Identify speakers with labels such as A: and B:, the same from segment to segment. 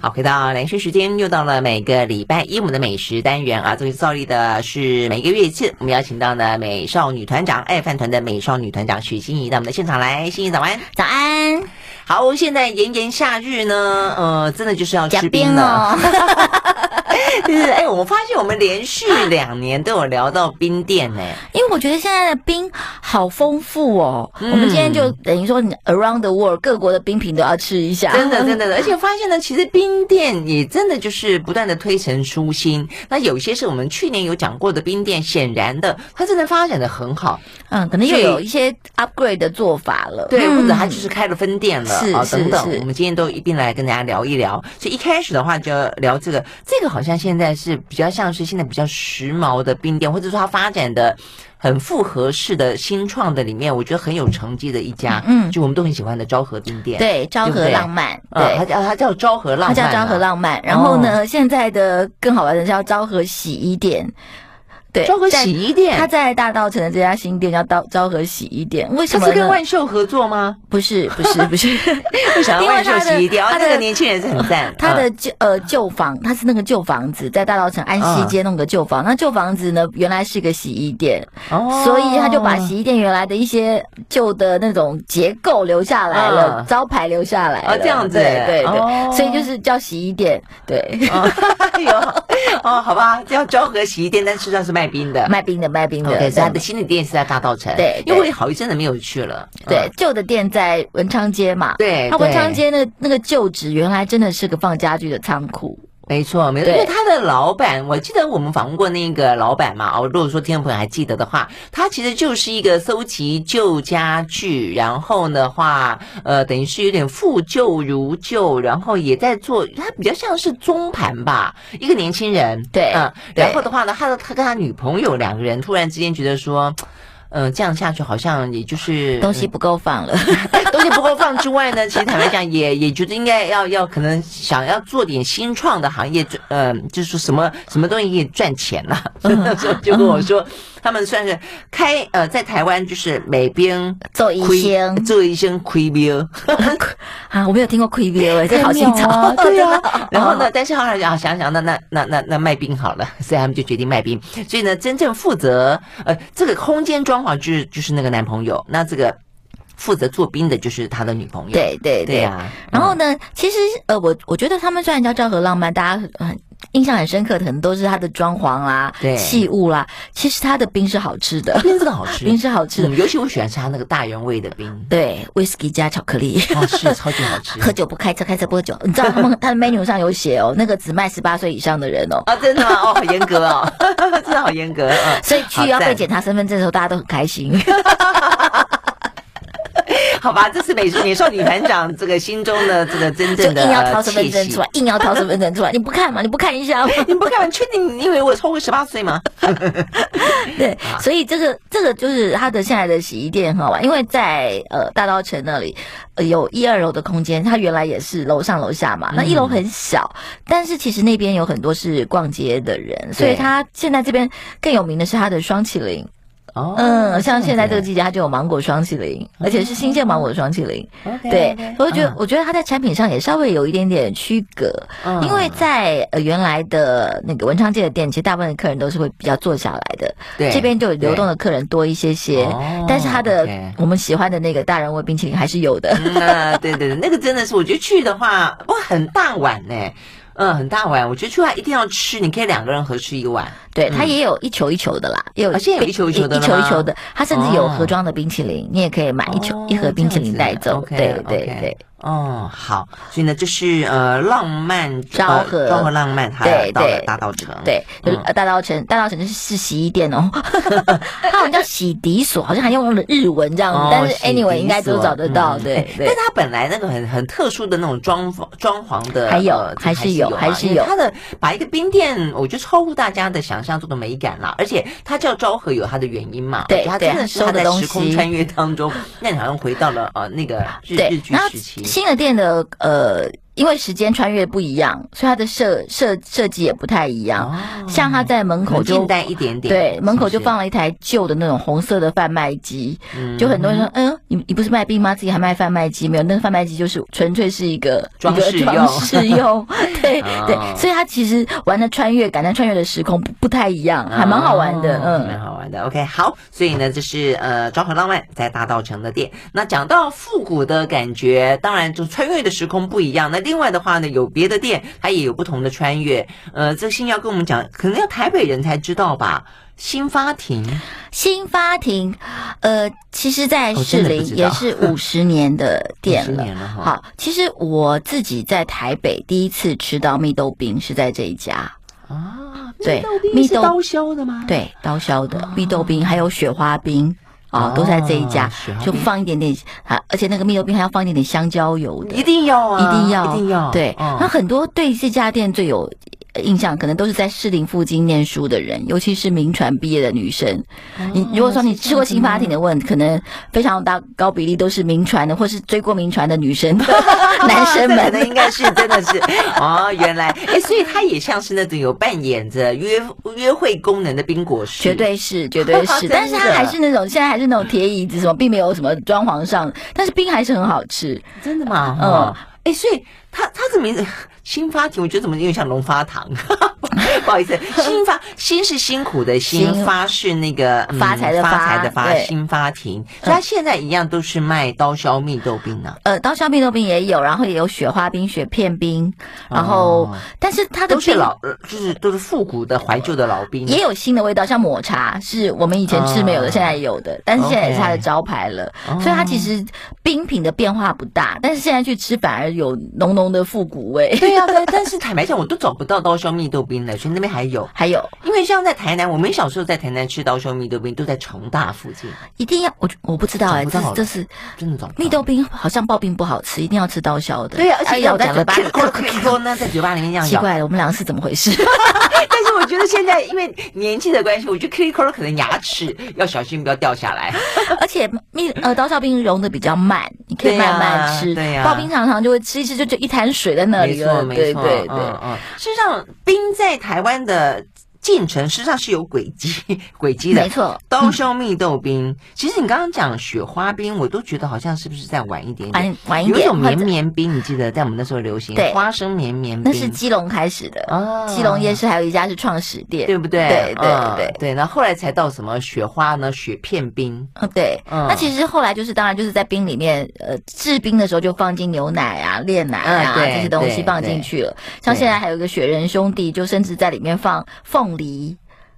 A: 好，回到蓝轩时间，又到了每个礼拜一我们的美食单元啊。这次照例的是每个乐器，我们邀请到呢美少女团长爱饭团的美少女团长许心怡到我们的现场来。心怡早安。
B: 早安，
A: 好，现在炎炎夏日呢，呃，真的就是要
B: 贾
A: 吃冰
B: 冰
A: 了。
B: 哦，
A: 就是哎，我们发现我们连续两年都有聊到冰店 呢、
B: 因为我觉得现在的冰好丰富哦。
A: 嗯
B: 我们今天就等于说你 around the world 各国的冰品都要吃一下，
A: 真的，真的，而且发现呢，其实冰店也真的就是不断的推陈出新。那有些是我们去年有讲过的冰店，显然的，它真的发展的很好，
B: 嗯，可能又
A: 所以
B: 有一些 upgrade 的做法了，
A: 对，
B: 嗯
A: 或者它就是开了分店了
B: 是
A: 啊、
B: 是
A: 等等
B: 是。
A: 我们今天都一并来跟大家聊一聊。所以一开始的话就聊这个，这个好像现在是比较像是现在比较时髦的冰店，或者说它发展的很复合式的新创的里面，我觉得很有成绩的一家，
B: 嗯
A: 就我们都很喜欢的昭和冰店，
B: 对，昭
A: 对不
B: 和
A: 对
B: 浪漫，
A: 呃，
B: 对
A: 它。叫它叫昭和浪
B: 它
A: 漫啊，
B: 叫昭和浪漫，然后呢，现在的更好玩的叫昭和洗衣店，对，
A: 昭和洗
B: 在
A: 衣店，
B: 它在大道城的这家新店叫昭昭和洗衣店，为什
A: 他
B: 么
A: 是跟
B: 呢？
A: 万秀合作吗？
B: 不是不是不是，
A: 为啥
B: 因为
A: 万秀
B: 他的
A: 洗衣店？哦
B: 他的
A: 这个年轻人是很赞。
B: 他的
A: 嗯
B: 旧呃旧房，他是那个旧房子，在大稻城安
A: 嗯
B: 溪街弄个旧房。那旧房子呢，原来是个洗衣店，
A: 哦
B: 所以他就把洗衣店原来的一些旧的那种结构留下来了，
A: 嗯
B: 招牌留下来了。
A: 哦这样子
B: 对对对，
A: 哦
B: 所以就是叫洗衣店，对，
A: 哦 哎呦哦，好吧，叫昭和洗衣店，但实际上是卖冰的。
B: 卖冰的卖冰的
A: OK，
B: 这
A: 所以他
B: 样
A: 的
B: 子。
A: 新的店是在大道城。
B: 对
A: 因
B: 对
A: 为我也好一阵子没有去了。
B: 对
A: 嗯，
B: 旧的店在文昌街嘛。
A: 对，
B: 它文
A: 对
B: 昌，街那那个旧址原来真的是个放家具的仓库。
A: 没错，没错。因
B: 对
A: 为他的老板，我记得我们访问过那个老板嘛。哦，如果说听众朋友还记得的话，他其实就是一个搜集旧家具，然后的话，呃，等于是有点复旧如旧，然后也在做，他比较像是中盘吧，一个年轻人。
B: 对
A: 嗯，
B: 对
A: 然后的话呢，他的他跟他女朋友两个人突然之间觉得说。嗯、这样下去好像也就是
B: 东西不够放了，
A: 东西不够放之外呢，其 实坦白讲也，也觉得应该要要可能想要做点新创的行业，呃，就是说什么什么东西也赚钱啦、 所以那时候就跟我说，他们算是开呃在台湾就是美兵
B: 做一些
A: 做一些亏兵，
B: 啊，我没有听过 q u i v 这好新潮。
A: 对 啊。然后呢，但是后来啊，想想那那那那那卖冰好了， 所以他们就决定卖冰。所以呢，真正负责呃这个空间装潢就是就是那个男朋友，那这个负责做冰的就是他的女朋友。
B: 对
A: 对
B: 对
A: 啊
B: 对
A: 呀、嗯
B: 然后呢，其实呃，我我觉得他们虽然叫昭和浪漫，大家很很印象很深刻，可能都是它的装潢啦
A: 对、
B: 器物啦。其实它的冰是好吃的，
A: 冰真的好吃，
B: 冰是好吃的。
A: 嗯尤其我喜欢吃它那个大原味的 冰，
B: 对，whisky 加巧克力。
A: 哦，是超级好吃。
B: 喝酒不开车，开车不喝酒。你知道 他们他的 menu 上有写哦，那个只卖十八岁以上的人哦，
A: 啊，真的吗？哦，好严格哦， 真的好严格。嗯、
B: 所以去要
A: 好赞
B: 被检查身份证的时候，大家都很开心。
A: 好吧，这是美术美少女团长这个心中的这个真
B: 就
A: 正的
B: 硬要
A: 呃
B: 掏身份证
A: 气息
B: 出来，硬要掏身份证出来，你不看吗？你不看一下吗？哦
A: 哎你不敢确定？你以为我超过十八岁吗？
B: 对，所以这个这个就是它的现在的洗衣店很好玩，因为在呃大稻城那里、呃有一二楼的空间，它原来也是楼上楼下嘛。那一楼很小，但是其实那边有很多是逛街的人，所以它现在这边更有名的是它的双麒麟。
A: 哦
B: 嗯，像现在这个季节，它就有芒果双麒麟，而且是新鲜芒果双麒麟。对，我觉得、我觉得它在产品上也稍微有一点点区隔，
A: 嗯
B: 因为在呃原来的那个文昌街的店，其实大部分的客人都是会比较坐下来的，
A: 对
B: 这边就流动的客人多一些些
A: 哦，
B: 但是它的
A: OK
B: 我们喜欢的那个大人味冰淇淋还是有的。
A: 嗯啊，对对对，那个真的是，我觉得去的话，哇，很大碗呢、嗯，很大碗，我觉得去的话一定要吃，你可以两个人合吃一碗。
B: 对，它也有一球一球的啦，也有
A: 哦现在有一球一球的
B: 一
A: 了
B: 球
A: 吗
B: 一球的，它甚至有
A: 哦
B: 盒装的冰淇淋，你也可以买一球一盒冰淇淋带走。
A: OK，
B: 对对
A: OK
B: 对。
A: 哦，好，所以呢，这是呃浪漫
B: 昭
A: 呃
B: 和
A: 昭和浪漫，它
B: 对
A: 到了
B: 对
A: 大道城，
B: 对，就是
A: 嗯
B: 呃大稻城，大稻城是洗衣店哦， 它好像叫洗涤所，好像还用了日文这样子，
A: 哦
B: 嗯但是
A: 洗
B: anyway
A: 涤
B: 应该都
A: 所
B: 找得到，
A: 嗯
B: 对
A: 但是
B: 对。
A: 它本来那个很很特殊的那种装潢装潢的，
B: 还有
A: 呃这
B: 还是有
A: 啊
B: 还是
A: 因为
B: 有
A: 它的把一个冰店，我觉得超乎大家的想象中的美感啦。而且它叫昭和有它的原因嘛，
B: 对
A: 我觉得它
B: 对啊
A: 真的是
B: 收
A: 它
B: 的
A: 在
B: 东
A: 时空
B: 西
A: 穿 越当中，那你好像回到了呃那个日日
B: 对，
A: 剧
B: 然后
A: 时期。
B: 新的店的呃因为时间穿越不一样，所以它的设设设计也不太一样。
A: 哦
B: 像它在门口
A: 很
B: 就
A: 近代一点点，
B: 对，门口就是放了一台旧的那种红色的贩卖机，
A: 不是，
B: 就很
A: 多
B: 多人说，嗯，你你不是卖冰吗？自己还卖贩卖机？没有，那个贩卖机就是纯粹是一个
A: 装饰
B: 一个
A: 用
B: 装 饰用，对
A: 哦
B: 对，所以它其实玩的穿越感，但穿越的时空不不太一样，
A: 啊
B: 还蛮好玩的，
A: 哦蛮
B: 嗯。
A: 好玩的。OK，好，所以呢，这是呃昭和浪漫在大道城的店。那讲到复古的感觉，当然就穿越的时空不一样。那另外的话呢，有别的店它也有不同的穿越。呃，这个新要跟我们讲，可能要台北人才知道吧。新发亭
B: 新发亭，呃，其实，在
A: 哦
B: 士
A: 真的不
B: 林
A: 知
B: 也
A: 道
B: 是五十年的店
A: 50
B: 了。
A: 年了哈，
B: 好，其实我自己在台北第一次吃到蜜豆冰是在这一家，
A: 啊，
B: 对
A: 蜜豆冰
B: 蜜豆
A: 是刀削的吗？，
B: 对，刀削的蜜豆冰，还有雪花冰啊，都在这一
A: 哦
B: 家
A: 雪花，
B: 就
A: 冰
B: 放一点点啊，而且那个蜜豆冰还要放一点点香蕉油的，
A: 一定要啊，
B: 一定要，啊
A: 一定要，
B: 对，那、
A: 嗯
B: 很多对这家店最有。印象可能都是在士林附近念书的人，尤其是名传毕业的女生。
A: 哦
B: 你如果说你吃过新发亭的问，
A: 嗯
B: 可能非常大高比例都是名传的，或是追过名传的 女生、男
A: 这
B: 生
A: 可能
B: 们。
A: 应该是哦真的是哦，原来哎，所以它也像是那种有扮演着约约会功能的冰果室，
B: 绝对是，绝
A: 真
B: 对是，
A: 的
B: 但是它还是那种现在还是那种铁椅子什么，并没有什么装潢上，但是冰还是很好吃。
A: 真的吗？
B: 嗯
A: 嗯，哎，所以它它的名字新发亭，我觉得怎么有点像龙发堂， 不好意思，新发新是辛苦的辛，
B: 辛
A: 发是那个、嗯
B: 发财的发
A: 发财的发，
B: 对嗯
A: 新发亭，所以它现在一样都是卖刀削蜜豆冰啊呢、
B: 呃，刀削冰豆冰也有，然后也有雪花冰、雪片冰，然后、
A: 哦
B: 但是它的
A: 都是
B: 冰
A: 老，呃就是都是复古的怀旧的老冰，
B: 嗯也有新的味道，像抹茶是我们以前吃没有的，
A: 啊
B: 现在有的，但是现在也是它的招牌了。
A: 哦
B: 所以它其实冰品的变化不大，但是现在去吃反而有浓浓的复古味。
A: 对呀、对，但是坦白讲，我都找不到刀削蜜豆冰了，所以那边还有。
B: 还有
A: 因为像在台南，我们小时候在台南吃刀削蜜豆冰，都在成大附近，
B: 一定要我我不知道哎、
A: 找不到
B: 这是
A: 了
B: 这是
A: 真的找不到。
B: 蜜豆冰好像刨冰不好吃，一定要吃刀削的。
A: 对啊呀、而且咬
B: 咬
A: 在
B: 在
A: 嘴
B: 嘴
A: 巴
B: 巴
A: 里，咕噜咕噜咕噜呢，在嘴巴里面那样
B: 奇
A: 咬。
B: 怪了，我们两个是怎 么回事？
A: 但是我觉得现在因为年纪的关系，我觉得 Kitty 可能牙齿要小心不要掉下来。
B: 而且蜜呃刀削冰融的比较慢，你可
A: 对
B: 以
A: 呀
B: 慢慢吃。
A: 对呀
B: 刨冰常常就会吃一吃就就一滩水在那
A: 没
B: 里
A: 错，
B: 了。
A: 没
B: 对
A: 错，
B: 对对。
A: 嗯嗯。事实上，冰在台湾的进程实际上是有轨迹 轨迹的，
B: 没错
A: 刀削蜜豆冰，其实你刚刚讲雪花冰，我都觉得好像是不是再晚一点点？
B: 晚晚一
A: 有一
B: 点
A: 种
B: 或
A: 绵
B: 者
A: 绵冰，你记得在我们那时候流行，
B: 对
A: 花生绵绵冰，
B: 那是基隆开始的，
A: 啊
B: 基隆夜市还有一家是创始店，
A: 对不对？
B: 对对
A: 嗯
B: 对。
A: 对，然后后来才到什么雪花呢？雪片冰，
B: 嗯，对，
A: 嗯
B: 那其实后来就是，当然就是在冰里面，呃，制冰的时候就放进牛奶啊、炼奶
A: 嗯
B: 啊
A: 对
B: 这些东西
A: 对
B: 放进去了。像现在还有一个雪人兄弟，就甚至在里面放凤梨、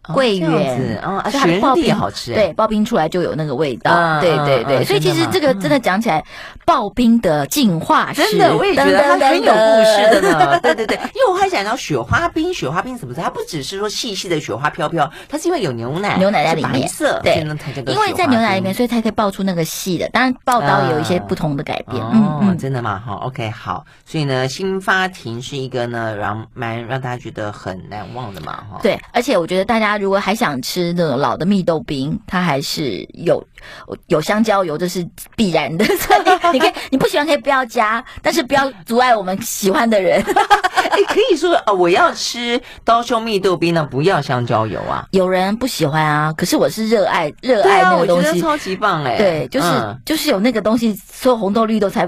A: 哦
B: 桂
A: 这样子
B: 圆，
A: 哦啊
B: 所以它的
A: 雪人
B: 刨
A: 兄弟也
B: 冰
A: 好吃哎
B: 对，刨冰出来就有那个味道。
A: 嗯
B: 对
A: 嗯
B: 对对，
A: 嗯
B: 所
A: 真
B: 以其
A: 的
B: 实
A: 吗
B: 这个真的讲起来，刨冰的进化史，
A: 真的，我也觉得它
B: 噔噔
A: 很有故
B: 噔
A: 事的
B: 噔
A: 呢。 对对对，因为我还想到雪花冰，雪花冰怎么吃？它不只是说细细的雪花飘飘，它是因为有牛奶，
B: 牛奶在里面
A: 是白色，
B: 对
A: 所以呢才叫做
B: 因为
A: 雪
B: 在
A: 花
B: 牛奶里
A: 冰
B: 面，所以才可以爆出那个细的。当然，爆刀也有一些不同的改变。嗯
A: 哦，
B: 嗯，
A: 真的吗？哈、o k 好，所以呢，新发亭是一个呢，让蛮让大家觉得很难忘的嘛，哈、
B: 对，而且我觉得大家如果还想吃那种老的蜜豆冰，它还是有有香蕉油，这是必然的。 所以你可以你不喜欢可以不要加，但是不要阻碍我们喜欢的人。
A: 哎，可以说啊、呃我要吃刀削蜜豆冰呢，不要香蕉油啊。
B: 有人不喜欢啊，可是我是热爱热
A: 对
B: 爱
A: 啊，
B: 那
A: 我
B: 个
A: 觉
B: 东
A: 得
B: 西。
A: 超级棒哎、
B: 对，就是、
A: 嗯
B: 就是有那个东西，所有红豆绿豆才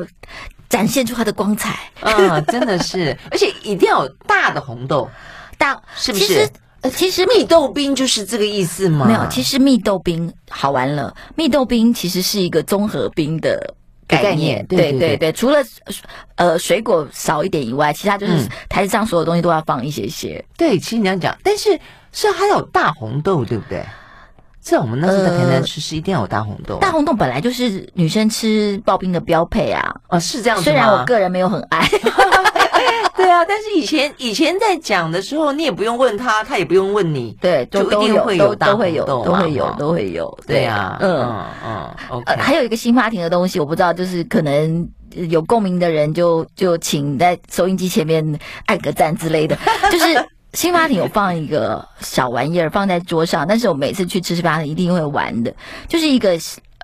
B: 展现出它的光彩。
A: 嗯，真的是，而且一定要有大的红豆，
B: 大
A: 是不
B: 其
A: 是
B: 实？呃，其实
A: 蜜豆冰就是这个意思吗？
B: 没有，其实蜜豆冰好玩了。蜜豆冰其实是一个综合冰的
A: 概
B: 概
A: 念
B: 念，
A: 对对
B: 对
A: 对
B: 对。除了呃水果少一点以外，其他就是
A: 嗯
B: 台子上所有东西都要放一些些。
A: 对，其实你这样讲，但是是还有大红豆，对不对？在我们那时候在台南吃，是一定要有大红豆啊。
B: 大红豆本来就是女生吃刨冰的标配啊，
A: 哦，是这样子吗？
B: 虽然我个人没有很爱，
A: 对啊，但是以前以前在讲的时候，你也不用问他，他也不用问你。
B: 对，
A: 就
B: 都
A: 一
B: 都
A: 定
B: 有
A: 会有
B: 都
A: 大
B: 都会有
A: 红豆
B: 都
A: 嘛
B: 会有
A: 哈
B: 都会有，
A: 对啊，
B: 嗯。
A: 嗯嗯，OK，
B: 呃，还有一个新发庭的东西，我不知道，就是可能呃有共鸣的人就就请在收音机前面按个赞之类的。就是新发庭有放一个小玩意儿放在桌上，但是我每次去吃新发庭一定会玩的，就是一个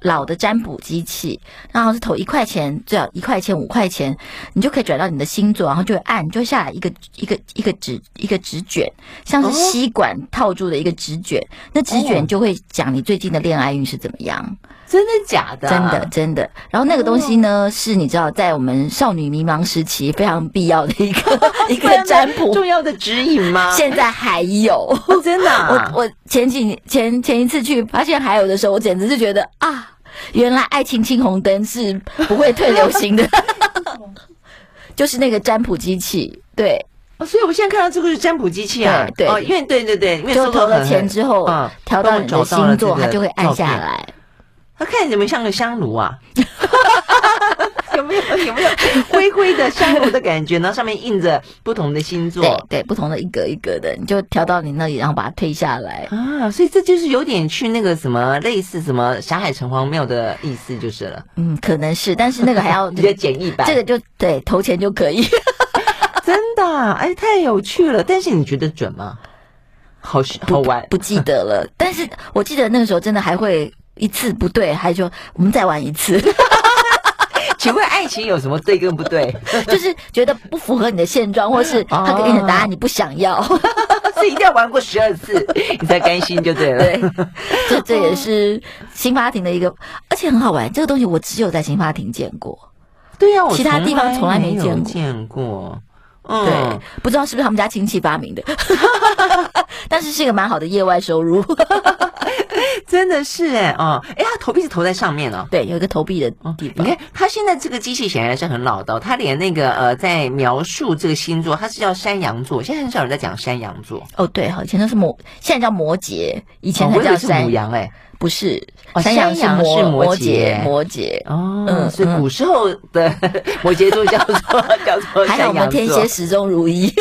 B: 老的占卜机器，然后是投一块钱，最好一块钱、五块钱，你就可以转到你的星座，然后就会按，就会下来一个一个一个纸一个纸卷，像是吸管套住的一个纸卷，那纸卷就会讲你最近的恋爱运是怎么样，
A: 真的假的？
B: 真的啊真的。然后那个东西呢，是你知道在我们少女迷茫时期非常必要的一 个一个占卜，
A: 重要的指引吗？
B: 现在还有。
A: 哦真的啊、
B: 我我前几年前前一次去发现还有的时候，我简直是觉得啊，原来爱情青红灯是不会退流 行的，就是那个占卜机器，对，
A: 哦所以我现在看到这个是占卜机器啊，
B: 对对
A: 哦，因为对对对，因为
B: 就
A: 搜
B: 投
A: 索
B: 了
A: 很
B: 钱之后
A: 嗯，
B: 调
A: 帮
B: 到
A: 我
B: 你
A: 找
B: 的
A: 到了
B: 星座，
A: 这个
B: 它就会按下
A: 照片
B: 来。
A: 他看起来怎么像个香炉啊？有没有有没有灰灰的香炉的感觉呢？上面印着不同的星
B: 对
A: 座
B: 对，不同的一格一格的，你就调到你那里，然后把它推下来。
A: 啊，所以这就是有点去那个什么类似什么霞海城隍庙的意思就是了，
B: 嗯，可能是，但是那个还 要
A: 比较简易版。
B: 这个就对投钱 就可以。
A: 真的啊，哎，太有趣了。但是你觉得准吗？好好玩
B: 不记 得了。但是我记得那个时候真的还会一次不对，还就我们再玩一次，
A: 请问爱情有什么对跟不对？
B: 就是觉得不符合你的 现状，或是
A: 哦
B: 他给你的答案你不想要。
A: 所以一定要玩过十二 次，你才甘心就对了。
B: 对，这这也是新发庭的一个，而且很好玩。这个东西我只有在新发庭见过，
A: 对呀、我
B: 其他地方啊从来没
A: 有
B: 见过
A: 见过。
B: 对，
A: 嗯，
B: 不知道是不是他们家亲戚 发明的， 但是是一个蛮好的业外收入。
A: 真的是哎哦，哎，他投币是投在上面哦。
B: 对，有一个投币的地
A: 你
B: 方。
A: 看，他现在这个机器显然是很老道，他连那个呃，在描述这个星座，它是叫山羊座，现在很少人在讲山羊座，
B: 哦，对哈，以前都是摩，现在叫摩羯，以前
A: 哦
B: 还
A: 我以
B: 叫
A: 为是
B: 山
A: 母，羊哎、
B: 不是
A: 哦
B: 山羊是
A: 山羊
B: 摩
A: 是摩
B: 摩
A: 羯
B: 摩羯。
A: 哦，
B: 嗯
A: 所以古时候的 摩羯座叫 做叫做
B: 还好我
A: 山
B: 们
A: 羊
B: 天蝎
A: 座，
B: 始终如一，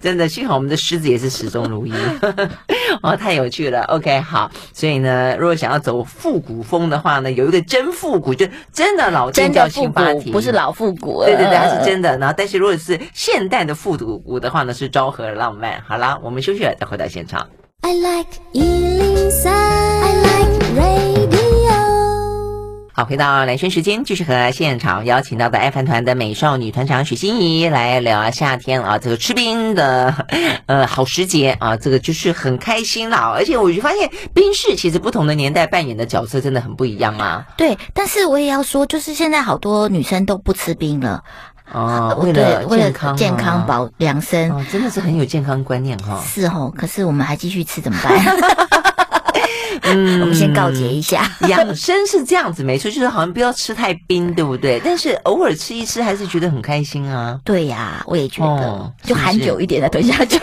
A: 真的，幸好我们的狮子也是始终如一， 哦，太有趣了。OK，好，所以呢，如果想要走复古风的话呢，有一个真复古，就真的老店
B: 真
A: 叫
B: 的复
A: 新发
B: 古
A: 庭，
B: 不是老复古。
A: 对对对，它是
B: 嗯。
A: 真的。然后，但是如果是现代的复古舞的话呢，是昭和浪漫。好啦，我们休息了，再回到现场。
C: I like Ealing Sound. I like radio.
A: 好，回到蓝轩时间，继续和现场邀请到的爱饭团的美少女团长许心怡来聊夏天啊，这个吃冰的 呃好时节啊，这个就是很开心啦。而且我就发现冰室其实不同的年代扮演的角色真的很不一样啊。
B: 对，但是我也要说，就是现在好多女生都不吃冰了，
A: 哦，为
B: 对
A: 了
B: 呃为
A: 健康、啊
B: 了健康。保量身。
A: 哦，真的是很有健康观念哈、
B: 是哦，可是我们还继续吃 怎么办？嗯我们先告
A: 嗯
B: 诫一下。
A: 养生是这样子，没错，就是好像不要吃太冰，对不对？但是偶尔吃一吃，还是觉得很开心啊。
B: 对呀、我也觉得，
A: 哦
B: 就是
A: 不
B: 含
A: 是
B: 久一点再吞下去。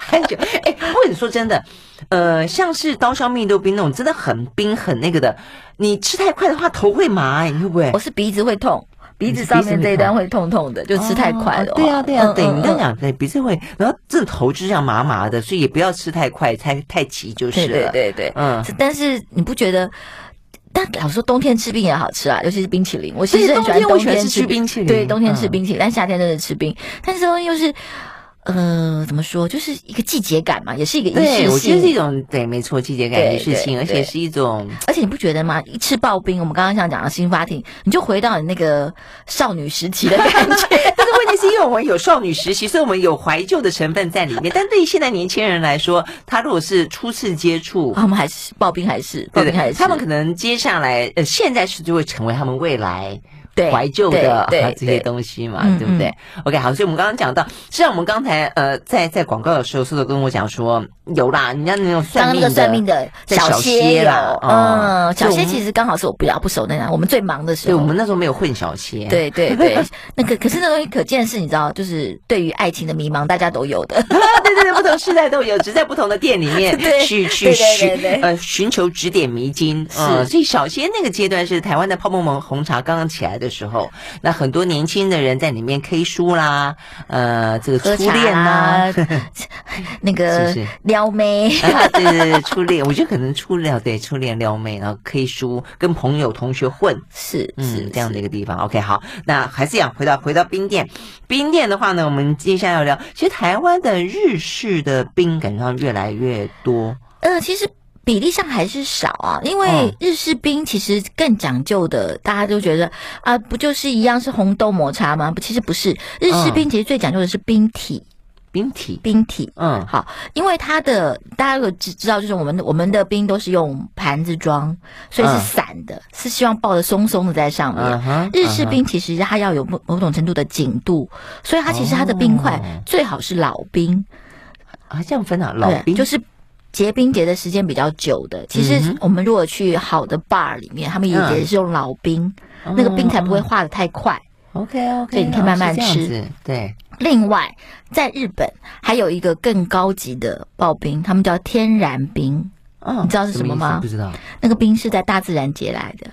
A: 很久，哎，或者说真的，呃，像是刀削面豆冰那种，真的很冰很那个的，你吃太快的话，头会麻、哎，你会不会
B: 我？是鼻子会痛，鼻子上
A: 鼻子
B: 面
A: 会
B: 这一段会痛痛的，就吃太快了、嗯
A: 哦对呀、对呀、对，你刚
B: 样
A: 刚讲对，鼻子会，然后这头就是这样麻麻的，所以也不要吃太快，太太急就是
B: 对对
A: 了。
B: 对对，
A: 嗯，
B: 是但是你不觉得？但老实说，冬天吃冰也好吃啊，尤其是冰淇淋。我其实
A: 对
B: 很喜欢
A: 冬天我
B: 冬
A: 喜欢
B: 天
A: 吃冰淇淋
B: 对，冬天吃
A: 嗯
B: 冰淇淋，但夏天真的吃冰。但是呢，又是，呃，怎么说，就是一个季节感嘛，也是一个仪
A: 对，
B: 式
A: 我觉得是一
B: 性。
A: 种对，没错，季节感
B: 对
A: 的事情，
B: 对
A: 而且
B: 对
A: 是一种
B: 而且你不觉得吗？一吃刨冰，我们刚刚像讲的新发庭，你就回到你那个少女时期的感 觉。
A: 哎但是问题是因为我们有少女时期，所以我们有怀旧的成分在里面。但对于现在年轻人来说，他如果是初次接触，
B: 啊我们还是刨冰，还是刨
A: 对
B: 冰，还
A: 对，
B: 是
A: 他们可能接下来呃，现在是就会成为他们未来
B: 对
A: 怀旧的
B: 对
A: 啊
B: 对
A: 这些东西嘛
B: 嗯，
A: 对不对？OK，好，所以我们刚刚讲到，实际上我们刚才呃在在广告的时候，苏德跟我讲说有啦，人家那种
B: 刚
A: 算
B: 刚那
A: 命
B: 个
A: 的
B: 算命的
A: 在小
B: 歇
A: 歇
B: 有
A: 啦，哦
B: 嗯，小
A: 所以我
B: 歇
A: 们
B: 其实刚好是我比较不熟那样，我们最忙的时
A: 对
B: 候。
A: 我们那时候没有混小歇，
B: 对对 对，那个可是那东西可见是，你知道，就是对于爱情的迷茫，大家都有的。
A: 对对对，不同时代都有，只是在不同的店里面
B: 对
A: 去去
B: 对对对
A: 寻
B: 对
A: 呃寻求指点迷津。
B: 是
A: 嗯所以小歇那个阶段是台湾的泡沫蒙红茶刚刚起来的时候，那很多年轻的人在里面 K 书啦，呃，这个
B: 喝
A: 初
B: 茶
A: 恋啦。
B: 啊， 那个
A: 是不是
B: 撩妹，
A: 啊， 对对对，初恋，我觉得可能初恋，对初恋撩妹，然后 K 书，跟朋友同学混，
B: 是是
A: 嗯，这样的一个地方。OK，好，那还是想回到回到冰店，冰店的话呢，我们接下来要聊，其实台湾的日式的冰感觉上越来越多，
B: 呃，其实比例上还是少啊，因为
A: 嗯
B: 日式冰其实更讲究的，大家就觉得啊，不就是一样是红豆抹茶吗？不，其实不是，日
A: 嗯
B: 式冰其实最讲究的是冰体，
A: 冰体，
B: 冰体。
A: 嗯
B: 好，因为它的大家有知知道，就是我们的我们的冰都是用盘子装，所以是
A: 嗯
B: 散的，是希望抱得松松的在上面。
A: 嗯哼，
B: 日式冰其实它要有某某种程度的紧度，所以它其实它的冰块
A: 哦
B: 最好是老冰，
A: 啊，这样分啊，老
B: 对
A: 冰
B: 就是结冰结的时间比较久的。其实
A: 嗯哼
B: 我们如果去好的 bar 里面，他们也
A: 嗯
B: 也是用老冰，那个冰才不会化的太快。
A: OK OK，
B: 对你可以慢慢吃，
A: 对，
B: 另外，在日本还有一个更高级的刨冰，他们叫天然冰，
A: 嗯
B: 你知道是什么
A: 么意思
B: 吗
A: 不知道。
B: 那个冰是在大自然结来的，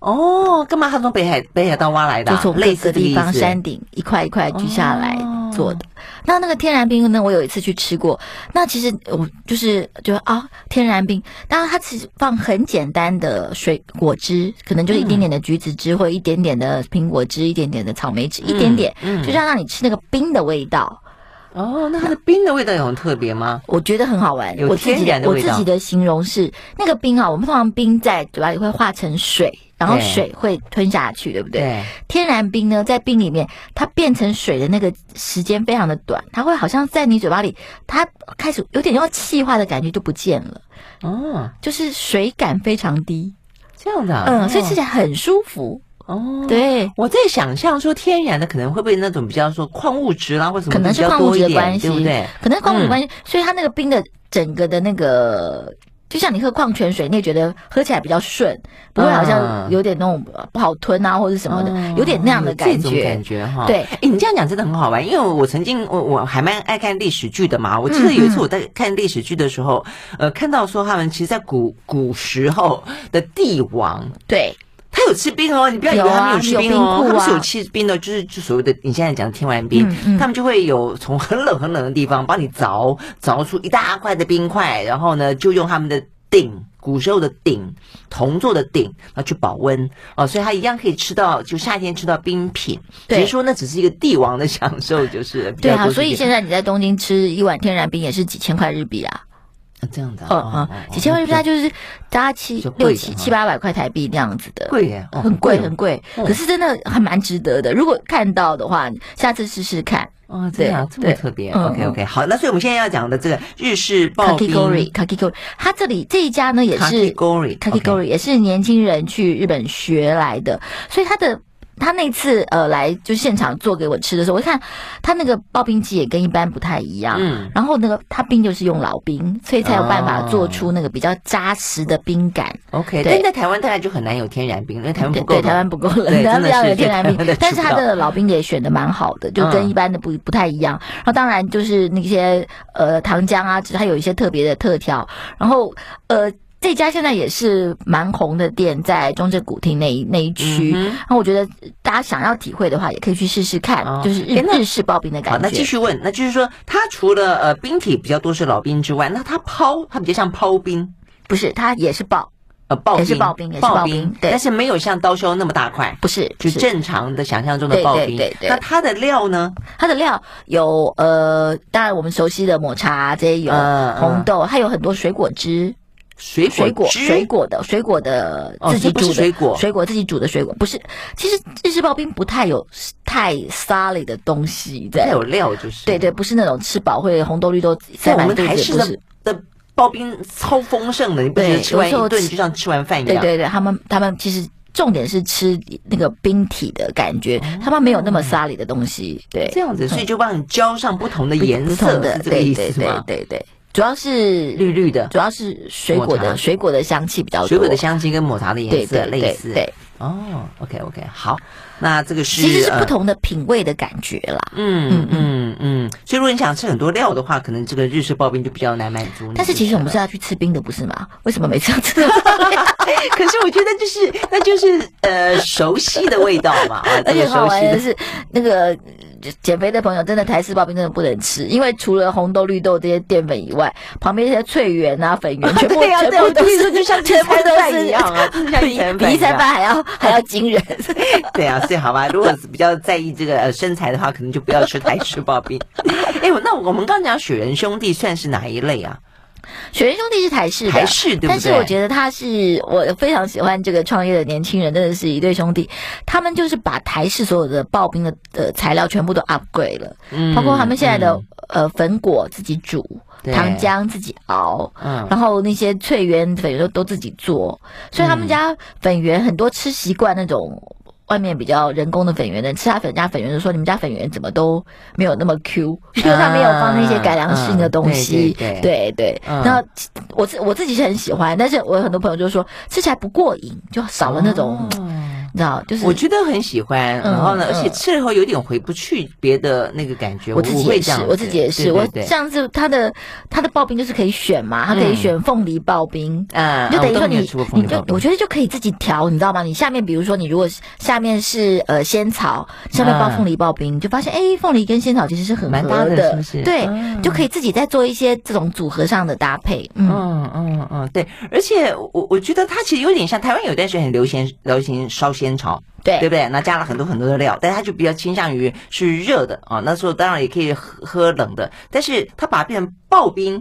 A: 哦，干嘛他从北海北海道挖来的
B: 就
A: 啊、
B: 从各
A: 类
B: 个
A: 似
B: 地方
A: 山
B: 山顶一块一块锯下来
A: 哦
B: 做的。那那个天然冰呢，我有一次去吃过。那其实我就是觉得啊，天然冰，当然它其实放很简单的水果汁，可能就是一点点的橘子汁，或者一点点的苹果汁，一点点的草莓汁，一点点，
A: 嗯
B: 就是要让你吃那个冰的味道。
A: 哦，那它的冰的味道有很特别吗？
B: 我觉得很好玩。
A: 有
B: 我自己
A: 天然的
B: 我
A: 味
B: 自
A: 道
B: 己的形容是，那个冰啊，我们通常冰在嘴巴里会化成水，然后
A: 对
B: 水会吞下去，对不对？天然冰呢，在冰里面，它变成水的那个时间非常的短，它会好像在你嘴巴里，它开始有点要气化的感觉就不见了，
A: 对，哦，
B: 就是水感非常低，
A: 这样的、啊，
B: 嗯，所以吃起来很舒服，
A: 哦，。
B: 对。
A: 我在想象说天然的可能会不会那种比较说矿物质啦或什么
B: 可能
A: 比
B: 是
A: 较
B: 矿物
A: 多
B: 质
A: 一
B: 的关
A: 点，
B: 系，
A: 对不对？
B: 可能是矿物质
A: 嗯
B: 关系，所以它那个冰的整个的那个，就像你喝矿泉水，你也觉得喝起来比较顺，不会好像
A: 嗯
B: 有点那种呃不好吞啊，或者什么的，
A: 哦
B: 有点那样的感
A: 有这种
B: 觉
A: 感。觉哈。
B: 对
A: 哎，你这样讲真的很好玩，因为我曾经我我还蛮爱看历史剧的嘛。我记得有一次我在看历史剧的时候，呃，看到说他们其实，在古古时候的帝王，
B: 对，
A: 他有吃冰哦，你不要以为
B: 有啊
A: 他没有吃冰
B: 有
A: 哦，
B: 冰库啊
A: 他们是有吃冰的，就是就所谓的你现在讲的天然冰，
B: 嗯嗯
A: 他们就会有从很冷很冷的地方帮你凿凿出一大块的冰块，然后呢，就用他们的鼎，古时候的鼎，铜做的鼎，然后去保温哦，所以他一样可以吃到，就夏天吃到冰品，只
B: 对
A: 是说那只是一个帝王的享受，就是了比
B: 对
A: 较
B: 啊，
A: 多是
B: 所以
A: 这
B: 现
A: 样
B: 在你在东京吃一碗天然冰也是几千块日币啊，
A: 啊这样的啊，
B: 嗯
A: 哦
B: 嗯
A: 哦，
B: 几千块日币它就是大家七
A: 就贵
B: 六
A: 的
B: 七
A: 哈
B: 七八百块台币那样子的，
A: 贵耶，哦
B: 很贵很贵，
A: 嗯
B: 可是真的还蛮值得的。如果看到的话，下次试试看。
A: 哦，这样啊这
B: 对
A: 么特别
B: 嗯
A: ，OK OK，好，那所以我们现在要讲的这个日式刨冰
B: Kakigori Kakigori，它这里这一家呢也是
A: 哦 Kakigori，
B: Kakigori，也是年轻人去日本学来的，所以他的。他那次呃来就现场做给我吃的时候，我一看他那个刨冰机也跟一般不太一样，
A: 嗯
B: 然后那个他冰就是用老冰，所以才有办法
A: 哦
B: 做出那个比较扎实的冰感。
A: OK，
B: 对
A: 但在台湾大概就很难有天然冰，因哦为台湾
B: 对
A: 不够
B: 对，
A: 冷。
B: 台湾不够冷，
A: 对
B: 台
A: 真
B: 湾
A: 的
B: 比较
A: 是
B: 有天
A: 对
B: 然
A: 台湾
B: 冰
A: 的，
B: 但
A: 吃
B: 是
A: 不
B: 它
A: 到
B: 的老冰也选的蛮好的，就跟
A: 嗯
B: 一般的不不太一样。然后当然就是那些呃糖浆啊，只它有一些特别的特调。然后呃这家现在也是蛮红的店，在中正古亭那一那一区。
A: 嗯哼
B: 然后我觉得大家想要体会的话，也可以去试试看，
A: 哦
B: 就是日
A: 诶那
B: 日式刨冰的
A: 好，
B: 感
A: 那继
B: 觉。
A: 续问，那就是说，它除了呃冰体比较多是老冰之外，那它抛，它比较像抛冰，
B: 不是，它也是刨，
A: 呃刨冰，
B: 也是刨冰也是刨冰对
A: 但是没有像刀削那么大块，
B: 不是，不
A: 就是正常的想象中的刨冰。
B: 对对对对
A: 那它的料呢？
B: 它的料有呃，当然我们熟悉的抹茶这些有，
A: 嗯嗯
B: 红豆，它有很多水果汁。
A: 呃水果
B: 水果
A: 汁
B: 水果的水果的
A: 哦
B: 自己
A: 这不
B: 煮的
A: 是水果
B: 水果自己煮的水果不是，其实日式刨冰不太有太 solid 的东西
A: 它
B: 在，
A: 有料就是。
B: 对对，，不是那种吃饱会红豆绿豆
A: 在
B: 塞
A: 我
B: 满
A: 们
B: 肚
A: 台
B: 子，
A: 式
B: 不
A: 的
B: 是，
A: 的刨冰超丰盛的，你不觉
B: 对
A: 得吃完一
B: 有时候
A: 顿
B: 吃
A: 就像吃完饭一
B: 对
A: 样？
B: 对对，他们他们其实重点是吃那个冰体的感觉，他们没有那么 solid 的东西，对，
A: 哦这样子，所以就帮你浇上不同的
B: 不
A: 颜
B: 不同
A: 色，
B: 的，
A: 是这个
B: 对
A: 意
B: 对
A: 思
B: 对
A: 吗？
B: 对对，主要是
A: 绿绿的，
B: 主要是水果
A: 抹
B: 的
A: 茶
B: 水果的香气比较多，
A: 水果的香精跟抹茶的
B: 对
A: 颜色
B: 对
A: 类
B: 对
A: 似。
B: 对，
A: 哦，OK OK，好，那这个是
B: 其实是不
A: 呃
B: 同的品味的感觉啦。
A: 嗯嗯嗯，所以如果你想吃很多料的话，可能这个日式刨冰就比较难满足你。
B: 但是其实我们是
A: 对
B: 要去吃冰的，不是吗？为什么每次要 吃冰？
A: 不对，可是我觉得就是那就是呃熟悉的味道嘛， 啊，这
B: 而且
A: 个
B: 很好
A: 熟
B: 玩
A: 悉
B: 的
A: 的。
B: 是，那个呃减肥的朋友真的台式刨冰真的不能吃，因为除了红豆、绿豆这些淀粉以外，旁边这些脆圆啊、粉圆全部
A: 对呀、
B: 全
A: 对、啊，
B: 部
A: 我的
B: 都
A: 意思
B: 是
A: 就像
B: 全
A: 全
B: 部
A: 部
B: 都
A: 都
B: 是
A: 一样啊，就是 像
B: 比
A: 一餐
B: 比
A: 饭样
B: 一餐饭还要还要惊人。
A: 对啊，所以好吧，如果比较在意这个呃身材的话，可 能就不要吃台式刨冰。哎、我那我们刚刚讲雪人兄弟算是哪一类啊？
B: 雪人兄弟是台式的，
A: 台式对不对？
B: 但是我觉得他是我非常喜欢这个创业的年轻人，真的是一对兄弟，他们就是把台式所有的刨冰的呃材料全部都 upgrade 了，
A: 嗯
B: 包括他们现在的、
A: 嗯
B: 呃粉果自己煮，
A: 对
B: 糖浆自己熬，
A: 嗯
B: 然后那些脆圆粉圆都都自己做，所以他们家粉圆很多吃习惯那种。外面比较人工的粉圆的，吃他粉家粉圆就说你们家粉圆怎么都没有那么 Q，因为他没有放那些改良性的东西。
A: 嗯嗯对对
B: 对对，
A: 嗯
B: 然后我自我自己是很喜欢，但是我有很多朋友就说吃起来不过瘾，就少了那种，你知道，就是
A: 哦我觉得很喜欢，
B: 嗯
A: 然后呢，而且
B: 嗯
A: 吃了以后有点回不去别的那个感觉。
B: 我自己
A: 会
B: 也
A: 这样
B: 是
A: 子，
B: 我自己也是，
A: 对
B: 我
A: 对对
B: 上次他的他的刨冰就是可以选嘛，他可以
A: 嗯
B: 选凤梨刨冰。
A: 啊，
B: 就
A: 啊
B: 等于
A: 我
B: 说
A: 都没
B: 你
A: 有吃过，凤
B: 你
A: 梨
B: 就
A: 刨冰
B: 我觉得就可以自己调，你知道吗？你下面比如说你如果是下面是呃仙草，上面包
A: 嗯
B: 凤梨刨冰，你就发现哎，凤梨跟仙草其实是很
A: 蛮搭
B: 合
A: 的是不是
B: 对，
A: 嗯
B: 就可以自己再做一些这种组合上的搭配。嗯，
A: 嗯嗯嗯，对，而且我我觉得它其实有点像台湾有一段时间很流行流行烧仙草，对
B: 对
A: 不对？那加了很多很多的料，但它就比较倾向于是热的啊。那时候当然也可以喝喝冷的，但是它把它变成刨冰，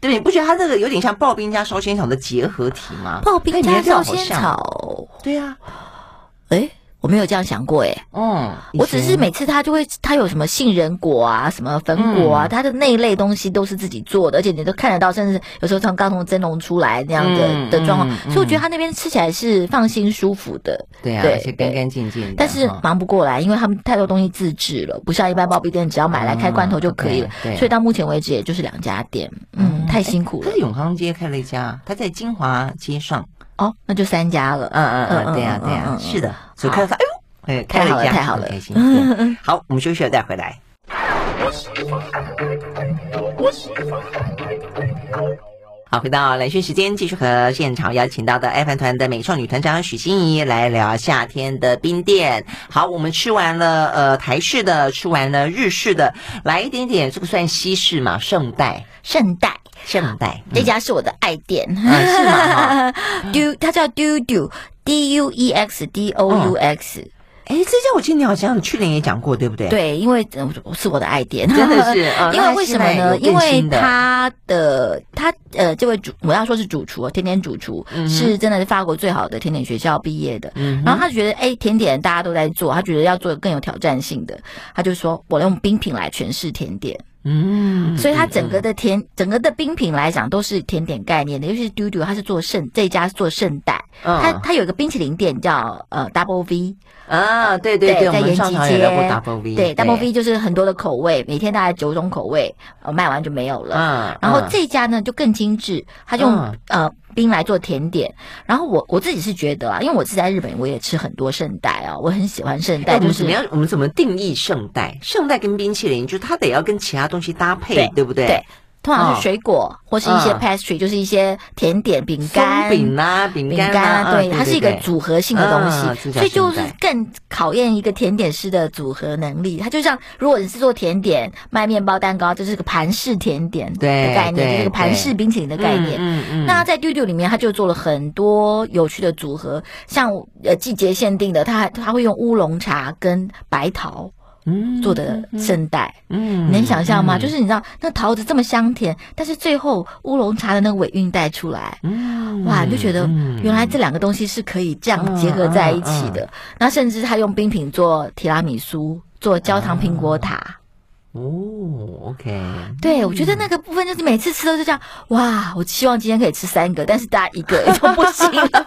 A: 对不对？你不觉得它这个有点像刨冰加烧仙草的结合体吗？
B: 刨冰
A: 那
B: 加
A: 哎你觉得
B: 烧
A: 好
B: 仙
A: 像，
B: 草，
A: 对啊，
B: 哎，我没有这样想过哎。
A: 嗯，以
B: 我只是
A: 前
B: 每次他就会，他有什么杏仁果啊，什么粉果
A: 嗯
B: 啊，他的那一类东西都是自己做的，而且你都看得到，甚至有时候从刚从蒸笼出来那样的、
A: 嗯
B: 的状况，
A: 嗯
B: 所以我觉得他那边吃起来是放心舒服的，
A: 对啊，
B: 对
A: 而且干干净净的，
B: 但是
A: 哈
B: 忙不过来，因为他们太多东西自制了，不像一般包皮店只要买来开罐头就可以了，
A: 嗯对对
B: 所以到目前为止也就是两家店，嗯，太辛苦
A: 他
B: 了
A: 在永康街开了一家，他在金华街上，
B: 哦，那就三家了，
A: 嗯嗯
B: 嗯
A: 嗯，对呀
B: 嗯
A: 对
B: 嗯
A: 呀
B: 嗯，
A: 是的，所以看到他，哎呦。哎，开了一家，
B: 太好了太好了
A: 很开心。对好，我们休息了再回来。好，回到冷讯时间，继续和现场邀请到的爱饭团的美少女团长许欣怡来聊夏天的冰店。好，我们吃完了呃台式的，吃完了日式的，来一点点这个算西式嘛？圣代，
B: 圣代。
A: 圣代，
B: 这家是我的爱店，
A: 啊是 吗
B: d u 它叫 Do Do D U E X D O U
A: 哦
B: X，、
A: 哎，这家我记得你好像去年也讲过，对不对？，
B: 对，因为呃我是我的爱店，
A: 真的 是。。啊
B: 因
A: 那
B: 为
A: 它
B: 为什
A: 现
B: 么
A: 在
B: 呢？
A: 有更
B: 因为
A: 新的
B: 他的他呃，这位主我要说是主厨，哦甜点主厨、是真的是法国最好的甜点学校毕业的。
A: 嗯
B: 然后他觉得，哎，甜点大家都在做，他觉得要做更有挑战性的，他就说，我用冰品来诠释甜点，
A: 嗯，
B: 所以它整个的甜，整个的冰品来讲都是甜点概念的，尤其是嘟嘟，它是做圣这一家是做圣代，
A: 嗯
B: 它它有一个冰淇淋店叫呃 Double V，
A: 啊，对对对，我
B: 呃在
A: 们
B: 延
A: 上
B: 吉
A: 场也
B: 街
A: 聊过 Double V，
B: 对 Double V 就是很多的口味，每天大概九种口味，呃，卖完就没有了。
A: 嗯，
B: 然后
A: 嗯
B: 这家呢就更精致，它用、
A: 嗯
B: 呃冰来做甜点。然后我我自己是觉得啊，因为我是在日本，我也吃很多圣代哦，我很喜欢圣
A: 哎
B: 代，
A: 我们
B: 就
A: 怎
B: 是
A: 么样？我们怎么定义圣代？圣代跟冰淇淋，就是它得要跟其他东西搭配
B: 对，
A: 对不对？
B: 对，通常
A: 嗯
B: 是水果、或是一些
A: 嗯
B: pastry，就是一些甜点、饼
A: 松
B: 干、
A: 饼啊啦，饼
B: 饼
A: 干
B: 干
A: 啦，
B: 啊，
A: 嗯
B: 对，它是一个
A: 对
B: 组合性的东
A: 啊
B: 西，
A: 这叫
B: 所以就是
A: 圣代
B: 更考验一个甜点师的组合能力。它就像如果你是做甜点卖面包、蛋糕，这是个盘式甜点的
A: 对
B: 概念，
A: 对
B: 就是个盘式冰淇淋的
A: 对
B: 概念。
A: 嗯嗯嗯，
B: 那在 d o d o 里面，它就做了很多有趣的组合，像呃季节限定的，它还它会用乌龙茶跟白桃
A: 嗯
B: 做的圣代，
A: 嗯
B: 你能想象吗？就是是你知道那桃子这么香甜，但是最后乌龙茶的那个尾韵带出来，
A: 嗯
B: 哇，你就觉得
A: 嗯
B: 原来这两个东西是可以这样结合在一起的。
A: 嗯
B: 那甚至他用冰品做提拉米苏，做焦糖苹果塔。
A: 嗯哦，OK，
B: 对，我觉得那个部分就是每次吃都是这样，哇！我希望今天可以吃三个，但是大家一个就不行了。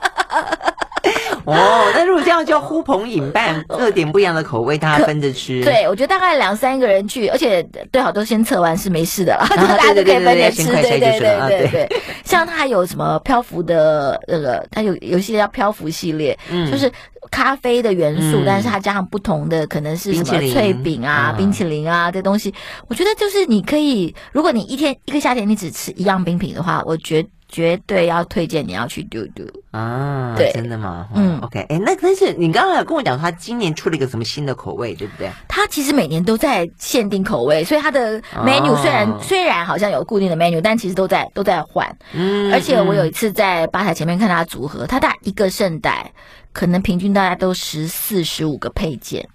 A: 哦，那如果这样叫呼朋引 伴，各点不一样的口味，大家分着吃，
B: 呃对，我觉得大概两三个人去，而且最好都先测完是没事的啦，
A: 啊
B: 大家都可以分着吃。
A: 对对对对对先快筛
B: 对对
A: 就行了啊
B: 对对对，像它还有什么漂浮的那个，它有有一些叫漂浮系列，
A: 嗯
B: 就是咖啡的元素，
A: 嗯
B: 但是它加上不同的，可能是
A: 冰
B: 什
A: 淇
B: 么
A: 淋
B: 脆饼啊
A: 嗯、
B: 冰淇淋啊这东西。我觉得就是你可以，如果你一天一个夏天你只吃一样冰品的话，我绝绝对要推荐你要去嘟嘟。
A: 啊，
B: 对
A: 真的吗？
B: 嗯
A: 嗯，OK，哎，那但是你刚才有跟我讲说他今年出了一个什么新的口味，对不对？
B: 它其实每年都在限定口味，所以它的 menu
A: 哦
B: 虽然、虽然好像有固定的 menu，但其实都在都在换。
A: 嗯
B: 而且我有一次在吧台前面看它的组合，它大概一个圣代，可能平均大概都十四十五个配件。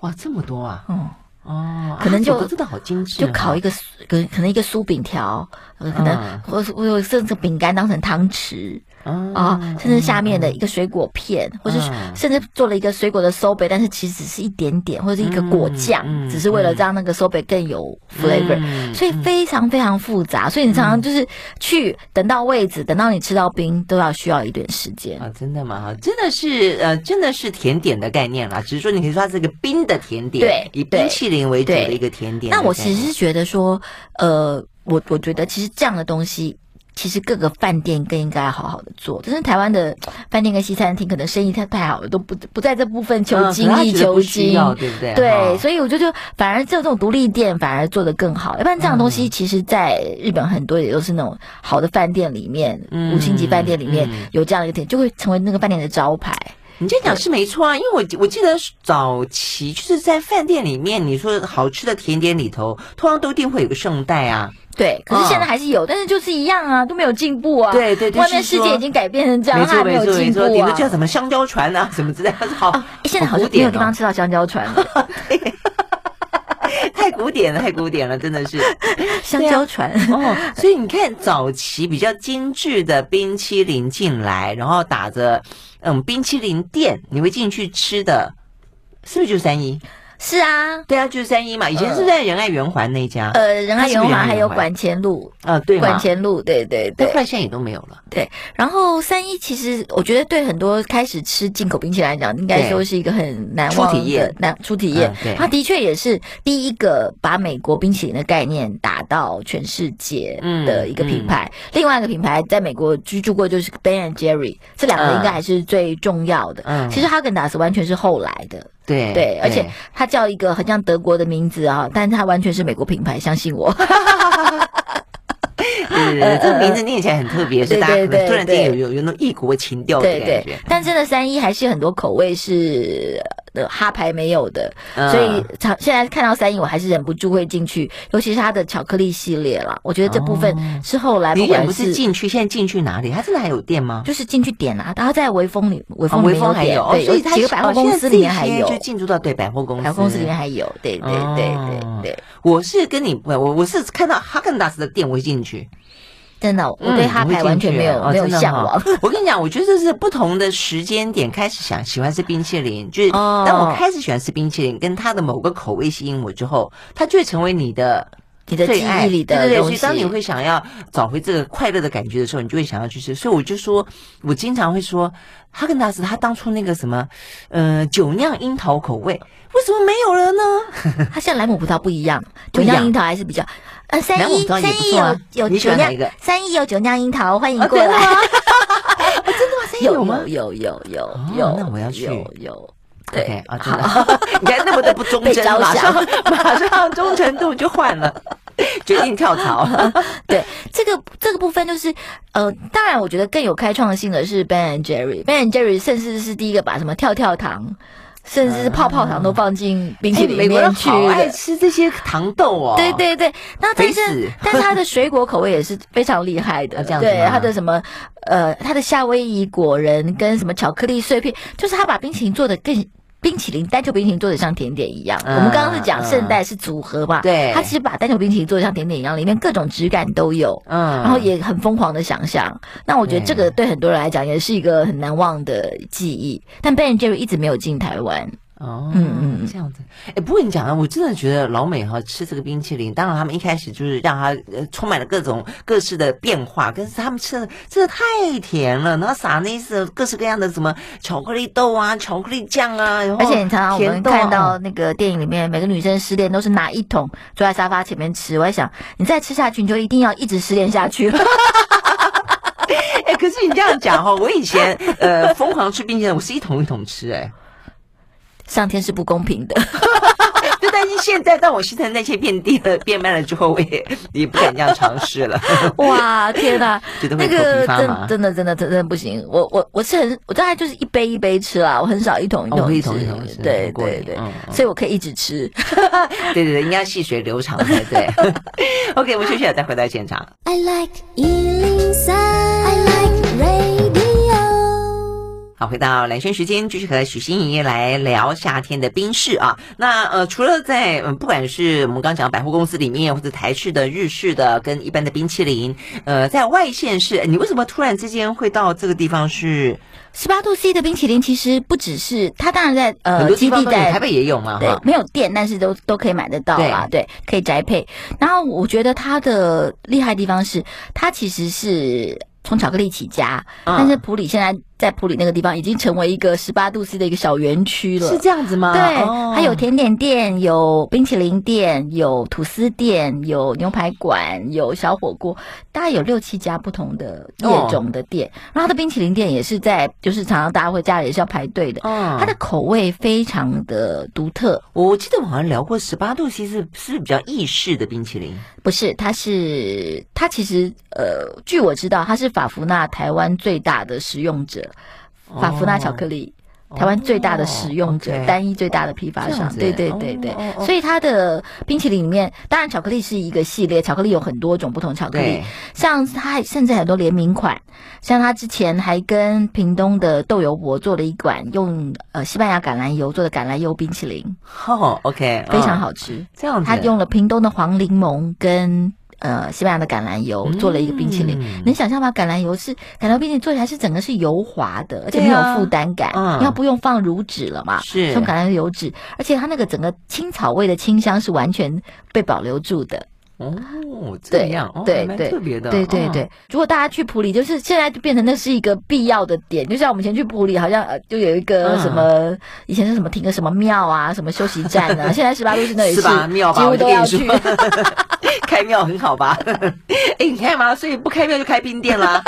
A: 哇，这么多啊！
B: 嗯，
A: 哦，
B: 可能
A: 啊
B: 就
A: 这个真的好精致
B: 就
A: 哦，
B: 烤一个酥可能可能一个酥饼条，呃可能
A: 嗯
B: 或是或者甚至饼干当成汤匙
A: 哦
B: 啊，甚至下面的一个水果片，或是
A: 嗯
B: 甚至做了一个水果的收杯，但是其实只是一点点，或者是一个果酱，
A: 嗯嗯
B: 只是为了让那个收杯更有 flavor。
A: 嗯
B: 所以非常非常复杂，所以你常常就是去等到位置，等到你吃到冰，都要需要一点时间。
A: 啊，真的吗？哈，真的是呃，真的是甜点的概念啦，只是说你可以说它是一个冰的甜点，
B: 对
A: 以
B: 对
A: 冰淇淋为主
B: 对
A: 的一个甜点的概念。
B: 那我其实是觉得说，呃，我我觉得其实这样的东西。其实各个饭店更应该好好的做，但是台湾的饭店跟西餐厅可能生意太太好了，都不不在这部分求
A: 嗯
B: 精
A: 可能他
B: 益
A: 觉得
B: 求
A: 不需
B: 精。
A: 要对不对？
B: 对，
A: 哈
B: 所以我就就反而这种独立店反而做得更好，要不然这样的东
A: 嗯
B: 西其实在日本很多也都是那种好的饭店里面，
A: 嗯
B: 五星级饭店里面
A: 嗯
B: 有这样的一个点，就会成为那个饭店的招牌。
A: 你这样讲是没错啊，因为我我记得早期就是在饭店里面，你说好吃的甜点里头，通常都一定会有个圣代啊，
B: 对，可是
A: 嗯
B: 现在还是有，但是就是一样啊，都没有进步啊。
A: 对对对
B: 外面
A: 是
B: 世
A: 说
B: 界已经改变成这样，
A: 没
B: 它还
A: 错
B: 没
A: 没
B: 有
A: 错没
B: 进
A: 错，
B: 步
A: 顶
B: 啊
A: 多。叫什么香蕉船啊什么之类的， 好，
B: 诶现在好
A: 古
B: 像没
A: 典
B: 有
A: 哦
B: 地方吃到香蕉船 了，
A: 哎太古典了太古典了，真 的是。
B: 香蕉船。
A: 哦，所以你看，早期比较精致的冰淇淋进来，然后打着嗯冰淇淋店，你会进去吃的，是不是就是三一？
B: 是啊，
A: 对啊，就是三一嘛。以前是不是在仁爱圆环那一家？
B: 呃，仁
A: 它
B: 爱圆
A: 是不是仁爱
B: 环
A: 圆
B: 还有
A: 环
B: 管前路，
A: 啊，对
B: 呃管
A: 嘛。
B: 前路，对对
A: 但
B: 对
A: 后。来现在也都没有了。
B: 然后三一其实我觉得对很多开始吃进口冰淇淋来讲，应该
A: 对
B: 说是一个很难忘
A: 初体
B: 的
A: 验
B: 难初体验
A: 嗯。对
B: 它的确也是第一个把美国冰淇淋的概念打到全世界的一个品牌。
A: 嗯
B: 另外一个品牌在美国居住过就是 Ben and Jerry，这两个
A: 嗯
B: 应该还是最重要的。
A: 嗯
B: 其实哈根达斯完全是后来的，
A: 对
B: 对，而且它叫一个很像德国的名字啊，但是它完全是美国品牌，相信我。
A: 对对对这个名字念起来很特别，
B: 对
A: 是大家可
B: 呃对对
A: 能突然间有
B: 对
A: 有有那种异国情调的
B: 对
A: 感
B: 对
A: 觉。，
B: 但真的三一还是很多口味是呃哈牌没有的，
A: 嗯
B: 所以常现在看到三一，我还是忍不住会进去，尤其是它的巧克力系列啦，我觉得这部分是后来啊不
A: 哦你忍
B: 管
A: 不是
B: 是。
A: 进去，现在进去哪里？它真的还有店吗？
B: 就是进去点啊，然后在微风里，微
A: 啊，
B: 风里
A: 微
B: 面
A: 风还
B: 点，
A: 有，哦
B: 对，
A: 所以它
B: 有几个百货公司里面还有
A: 哦现在这些，就进驻到对百货公司，
B: 百货公司里面还有，对对对
A: 哦
B: 对对，
A: 我是跟你不我我是看到哈根达斯的店我会进去，
B: 真的，我对
A: 嗯
B: 哈
A: 会
B: 牌
A: 进
B: 完全
A: 去
B: 没有
A: 哦
B: 没有
A: 真的
B: 向
A: 哈
B: 往，
A: 我跟你讲，我觉得这是不同的时间点开始想喜欢吃冰淇淋，就是
B: 哦
A: 当我开始喜欢吃冰淇淋，跟它的某个口味吸引我之后，它就会成为你的
B: 你的
A: 最
B: 记
A: 爱
B: 忆里的
A: 对对对，
B: 东
A: 所以
B: 西，
A: 当你会想要找回这个快乐的感觉的时候，你就会想要去吃。所以我就说，我经常会说，哈根达斯他当初那个什么，呃，酒酿樱桃口味，为什么没有了呢？
B: 它现在莱姆葡萄不一样，
A: 不
B: 酒
A: 一样
B: 酿樱桃还是比较，呃，三
A: 莱姆
B: 一
A: 葡萄也
B: 三
A: 不
B: 一
A: 错啊
B: 有有
A: 你喜
B: 酒
A: 欢哪
B: 酿
A: 一个，
B: 三一有酒酿樱桃，欢迎
A: 啊
B: 过
A: 真的
B: 来。啊
A: 真的
B: 有
A: 有吗
B: 有 有有有
A: 哦
B: 有，
A: 那我要去
B: 有有，
A: OK，
B: 对
A: 啊，真的， 你看那么的不忠
B: 被
A: 贞，
B: 招
A: 马
B: 降
A: 上马上忠诚度就换了，决定跳 槽。
B: 哎 对，这个这个部分就是，呃，当然我觉得更有开创性的是 Ben and Jerry，Ben and Jerry 甚至是第一个把什么跳跳糖，甚至是泡泡糖都放进冰淇
A: 啊哎
B: 淋
A: 美
B: 里
A: 国
B: 面
A: 人
B: 去
A: 好爱
B: 的。
A: 吃这些糖豆哦，
B: 对对对，那但
A: 肥
B: 是
A: 死
B: 但是它的水果口味也是非常厉害的，
A: 啊这样子
B: 对
A: 吗
B: 它的什么呃，它的夏威夷果仁跟什么巧克力碎片，就是它把冰淇淋做的更。冰淇淋单球冰淇淋做的像甜点一样，
A: 嗯
B: 我们刚刚是讲
A: 嗯
B: 圣代是组合嘛，
A: 对
B: 它其实把单球冰淇淋做的像甜点一样，里面各种质感都有，
A: 嗯，
B: 然后也很疯狂的想象。那我觉得这个对很多人来讲也是一个很难忘的记忆。但 Ben Jerry 一直没有进台湾，
A: 哦，
B: 嗯嗯嗯
A: 这样子。哎，不过你讲啊，我真的觉得老美哈吃这个冰淇淋，当然他们一开始就是让它呃充满了各种各式的变化，但是他们吃的真的太甜了，然后撒那些各式各样的什么巧克力豆啊、巧克力酱啊，然后
B: 而且你常常我们
A: 甜豆啊
B: 看到那个电影里面，每个女生失恋都是拿一桶坐在沙发前面吃。我在想，你再吃下去，你就一定要一直失恋下去 了。
A: 哎、可是你这样讲哈，我以前呃疯狂吃冰淇淋，我是一桶一桶吃、
B: 上天是不公平的。
A: 哎，就担心现在当我心疼那些变低了、变慢了之后，我也也不敢这样尝试了。
B: 哇，天哪！
A: 觉得会头
B: 那
A: 皮
B: 个
A: 发麻
B: 真真的真的真的不行。我我我是很我大概就是一杯一杯吃啦，我很少一桶一
A: 哦我
B: 桶
A: 一
B: 吃。
A: 桶一桶吃
B: 对
A: 很过
B: 对
A: 瘾
B: 对
A: 嗯，嗯
B: 所以我可以一直吃。
A: 对对对，应该细水流长才对。OK，我们休息了再回到现场。
C: I like Ealing Sound. I like radio.
A: 好，回到蓝轩时间，继续和许欣怡来聊夏天的冰室啊。那呃，除了在嗯，不管是我们刚讲百货公司里面，或者台式的、日式的跟一般的冰淇淋，呃，在外县市，你为什么突然之间会到这个地方是？
B: 十八度 C 的冰淇淋其实不只是它，当然在
A: 很
B: 呃
A: 多地
B: 基
A: 方
B: 地
A: 都有，台
B: 在
A: 北也有嘛，
B: 对
A: 哈，
B: 没有店，但是都都可以买得到啦，对，可以宅配。然后我觉得它的厉害地方是，它其实是从巧克力起家，
A: 嗯
B: 但是普里现在在普里那个地方已经成为一个十八度 C 的一个小园区了，
A: 是这样子吗？
B: 对，
A: 哦
B: 它有甜点店，有冰淇淋店，有吐司店，有牛排馆，有小火锅，大概有六七家不同的业种的店。然后它的冰淇淋店也是在，就是常常大家会家里也是要排队的。
A: 嗯
B: 它的口味非常的独特，
A: 我记得我好像聊过十八度 C 是是比较意式的冰淇淋，
B: 不是，它是它其实呃，据我知道，它是法芙娜台湾最大的使用者，法芙娜巧克力。台湾最大的使用者，
A: 哦，OK 哦
B: 单一最大的批发
A: 这样
B: 商，
A: 子
B: 对对对对，
A: 哦哦哦
B: 所以它的冰淇淋里面，当然巧克力是一个系列，巧克力有很多种不同巧克力
A: 哦对，，
B: 像它还甚至很多联名款，像它之前还跟屏东的豆油博做了一款用呃西班牙橄榄油做的橄榄油冰淇淋，
A: 哦，OK，
B: 非常
A: 嗯，
B: 好吃。
A: 这样子，
B: 他用了屏东的黄柠檬跟呃西班牙的橄榄油做了一个冰淇淋。
A: 嗯
B: 能想象吗？橄榄油是橄榄冰淇淋做起来是整个是油滑的，而且
A: 对
B: 没有
A: 啊
B: 负担感，
A: 嗯
B: 因为它不用放乳脂了嘛，
A: 是
B: 用橄榄油脂，而且它那个整个青草味的清香是完全被保留住的。
A: 哦，这样，哦，
B: 对
A: 还蛮
B: 对
A: 特别的，
B: 对对对，
A: 哦，
B: 如果大家去普里，就是现在就变成那是一个必要的点，就像我们以前去普里，好像呃就有一个
A: 嗯
B: 什么、以前是什么停个什么庙啊，什么休息站 啊，现在十八路是那里
A: 是吧？妙
B: 几
A: 吧？
B: 乎
A: 我就
B: 都
A: 跟
B: 要
A: 你
B: 去。
A: 说，开庙很好吧？ 哎，你看嘛，所以不开庙就开冰店啦。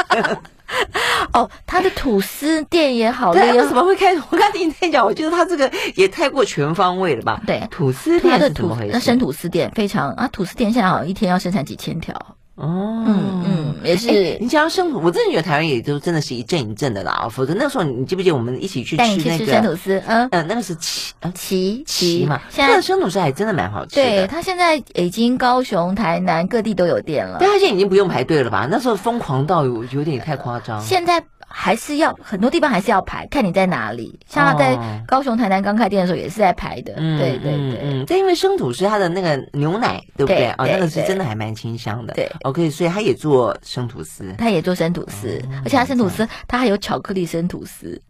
B: 哦，它的吐司店也 好，
A: 对，
B: 也
A: 为什么会开？我刚听你在讲，我觉得他这个也太过全方位了吧？
B: 对
A: 吐司
B: 它
A: 店
B: 的
A: 是怎
B: 吐
A: 么回
B: 那
A: 事
B: 生？吐司店非常啊，吐司店现在好像一天要生产几千条，
A: 哦，
B: 嗯嗯，也
A: 哎
B: 是，
A: 你讲到生活，我真的觉得台湾也就真的是一阵一阵的啦。哦否则那时候你记不记得我们一起去
B: 带你
A: 吃
B: 去
A: 那
B: 吃生
A: 个？
B: 吐司，嗯，
A: 呃，那个是奇呃
B: 奇
A: 奇嘛，
B: 现
A: 那个
B: 在
A: 生吐司还真的蛮好吃
B: 对
A: 的。
B: 它现在已经高雄、台南各地都有店了
A: 但，他现在已经不用排队了吧？那时候疯狂到有有点太夸张。
B: 现在还是要很多地方还是要排，看你在哪里，像它在
A: 哦
B: 高雄、台南刚开店的时候也是在排的，对对
A: 嗯
B: 对。
A: 嗯，但因为生吐司它的那个牛奶，对不
B: 对
A: 对？哦，
B: 对
A: 那个是
B: 对
A: 真的还蛮清香的。
B: 对
A: ，OK，所以他也做生吐司。
B: 他也做生吐司，
A: 哦
B: 而且他生吐司他还有巧克力生吐司，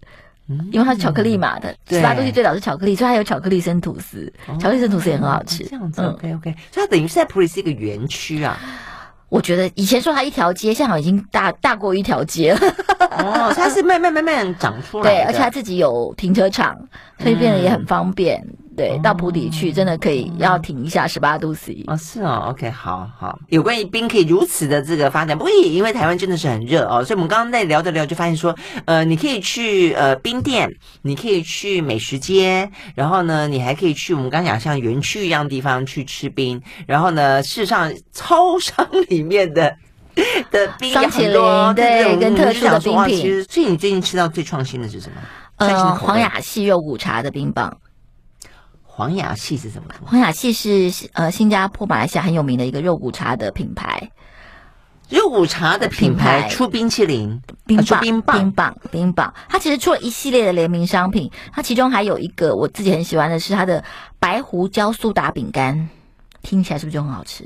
A: 嗯
B: 因为它是巧克力嘛，它
A: 对
B: 十八度 C 最早是巧克力，所以它有巧克力生吐司，巧克力生吐司也很好吃。嗯
A: 哦这样子，OK OK，所以它等于是在普里是一个园区啊。
B: 我觉得以前说它一条街，现在好像已经大大过于一条街 了。
A: 哦，所以它是慢慢慢慢长出来的。
B: 对，而且它自己有停车场，所以变
A: 嗯
B: 得也很方便。对，到普里去真的可以要停一下十八度 C。
A: 哦，是哦，OK，好好，有关于冰可以如此的这个发展，不过也因为台湾真的是很热哦，所以我们刚刚在聊着聊就发现说，呃，你可以去呃冰店，你可以去美食街，然后呢，你还可以去我们刚刚讲像园区一样的地方去吃冰，然后呢，事实上超商里面的。的冰也
B: 双麒
A: 很多，
B: 麟对
A: 我们
B: 跟特
A: 我们就
B: 殊的
A: 想说
B: 冰
A: 哇
B: 品
A: 其实，所以你最近吃到最创新的是什么？创新的
B: 呃，
A: 口味
B: 黄雅系肉骨茶的冰棒，
A: 黄雅系是什么？
B: 黄雅系是呃新加坡、马来西亚很有名的一个肉骨茶的品牌。
A: 肉骨茶的品
B: 品
A: 牌
B: 牌
A: 出冰淇淋，
B: 冰
A: 啊出
B: 棒、
A: 冰棒
B: 冰棒、冰棒，它其实出了一系列的联名商品，它其中还有一个我自己很喜欢的是它的白胡椒苏打饼干，听起来是不是就很好吃？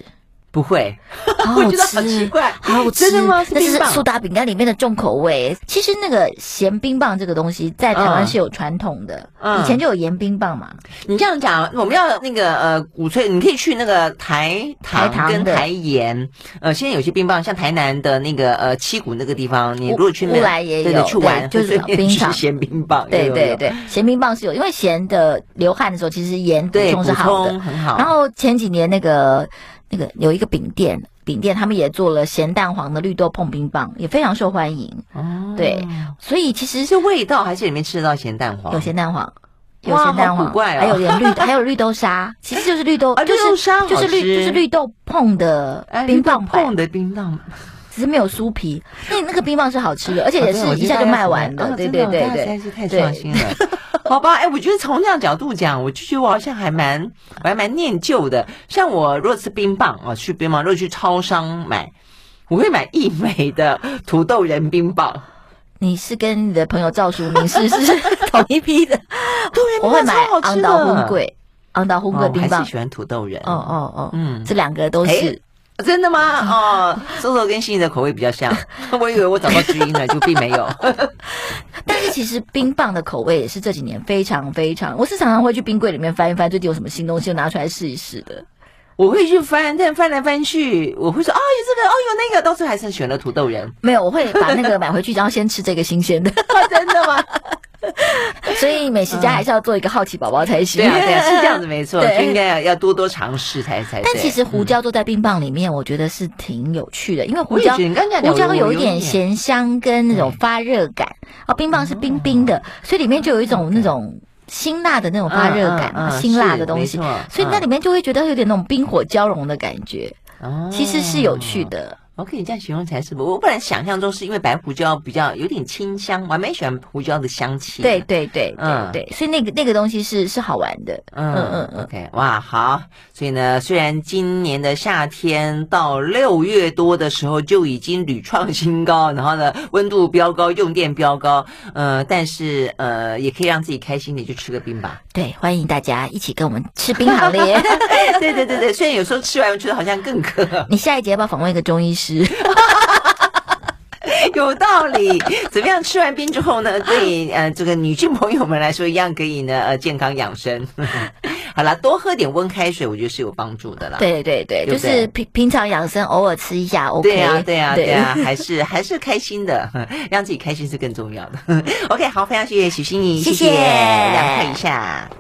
A: 不会，
B: 好
A: 我
B: 好
A: 觉得好奇
B: 吃。
A: 怪，
B: 好吃
A: 真的啊吗？是
B: 那
A: 冰
B: 是
A: 棒
B: 苏打饼干里面的重口味。其实那个咸冰棒这个东西在台湾
A: 嗯
B: 是有传统的，
A: 嗯
B: 以前就有盐冰棒嘛。
A: 你这样讲，我们要那个呃鼓吹，你可以去那个台
B: 台糖
A: 糖跟
B: 的
A: 台盐，呃，现在有些冰棒，像台南的那个呃七谷那个地方，你如果去那
B: 乌乌来也
A: 对
B: 有
A: 对去玩，
B: 对就是
A: 顺便
B: 冰
A: 吃
B: 糖
A: 咸冰棒，
B: 对
A: 有
B: 对，对，咸冰棒是有，因为咸的流汗的时候，其实盐补
A: 有有对
B: 充是
A: 补
B: 好的
A: 充。很好，
B: 然后前几年那个那个有一个饼店，饼店他们也做了咸蛋黄的绿豆碰冰棒，也非常受欢迎。
A: 哦
B: 对，所以其实
A: 是味道还是里面吃得到咸蛋黄？
B: 有咸蛋黄。有
A: 哦哇
B: 咸蛋
A: 好
B: 黄，
A: 古怪哦
B: 还有 点绿，还有绿豆沙，其实就是绿豆，
A: 啊
B: 就
A: 绿豆
B: 是
A: 沙好
B: 就是绿
A: 吃
B: 就是绿豆碰的
A: 哎
B: 冰棒版，
A: 碰的冰棒，
B: 只是没有酥皮。那那个冰棒是好吃的，而且
A: 啊
B: 也
A: 对
B: 是
A: 我
B: 一
A: 觉
B: 下
A: 得
B: 就
A: 大家
B: 卖
A: 很
B: 完
A: 啊
B: 的，对
A: 真
B: 对
A: 哦
B: 对
A: 大家实在
B: 对
A: 是太
B: 对
A: 创新了。 好吧，哎，我觉得从这样角度讲，我就觉得我好像还蛮，我还蛮念旧的。像我若吃冰棒啊，去冰棒，若去超商买，我会买一美的土豆人冰棒。
B: 你 是跟你的朋友赵淑明是是同一批的，
A: 对，
B: 我会
A: 哎那
B: 买
A: 超好
B: 昂
A: 吃
B: 岛
A: 的
B: 烘桂，昂岛烘
A: 哦
B: 桂
A: 我
B: 冰
A: 还
B: 棒
A: 是。喜欢土豆人。
B: 哦哦哦，
A: 嗯
B: 这两个都
A: 哎
B: 是。
A: 真的吗？ 哦，搜搜跟心怡的口味比较像， 我以为我找到知音了，就并没有。
B: 但是其实冰棒的口味也是这几年非常非常，我是常常会去冰柜里面翻一翻，最近有什么新东西就拿出来试一试的。
A: 我会去翻，但翻来翻去，我会说哦有这个，哦有那个，到最后还是选了土豆人。
B: 没有，我会把那个买回去，然后先吃这个新鲜的。
A: 哦， 真的吗？
B: 所以美食家还是要做一个好奇宝宝才行。
A: 对啊，对 啊，是这样子没错，
B: 对
A: 就应该要要多多尝试才才对。
B: 但其实胡椒做在冰棒里面，我觉得是挺有趣的，因为胡椒
A: 我也觉得你刚才讲
B: 胡椒有一
A: 有有
B: 点
A: 一点嗯
B: 咸香跟那种发热感，哦，冰棒是冰冰的，所以里面就有一种那种辛辣的那种发热感，
A: 嗯
B: 啊
A: 嗯嗯
B: 辛辣的东
A: 是
B: 西
A: 没错，嗯
B: 所以那里面就会觉得有点那种冰火交融的感觉，
A: 哦
B: 其实是有趣。的。
A: 我可以这样形容才是不？我本来想象中是因为白胡椒比较有点清香，我还蛮喜欢胡椒的香气。
B: 对，对对
A: 嗯
B: 对对，所以那个那个东西是是好玩的。
A: 嗯
B: 嗯
A: 嗯
B: 嗯嗯
A: o k 哇，好。所以呢，虽然今年的夏天到六月多的时候就已经屡创新高，然后呢温度飙高，用电飙高，呃，但是呃也可以让自己开心点，就吃个冰吧。
B: 对，欢迎大家一起跟我们吃冰 行列。
A: 对对对对，虽然有时候吃完觉得好像更渴。
B: 你下一节要不要访问一个中医师？
A: 有道理。怎么样吃完冰之后呢，对呃这个女性朋友们来说，一样可以呢呃健康养生。 好啦，多喝点温开水，我觉得是有帮助的啦。。
B: 对对对，
A: 对
B: 就
A: 不对
B: 是平平常养生，偶尔吃一下 OK。
A: 对呀，对啊呀，对呀，还是还是开心的，让自己开心是更重要的。OK，好，非常谢谢许心怡，
B: 谢谢
A: 谢，凉快一下。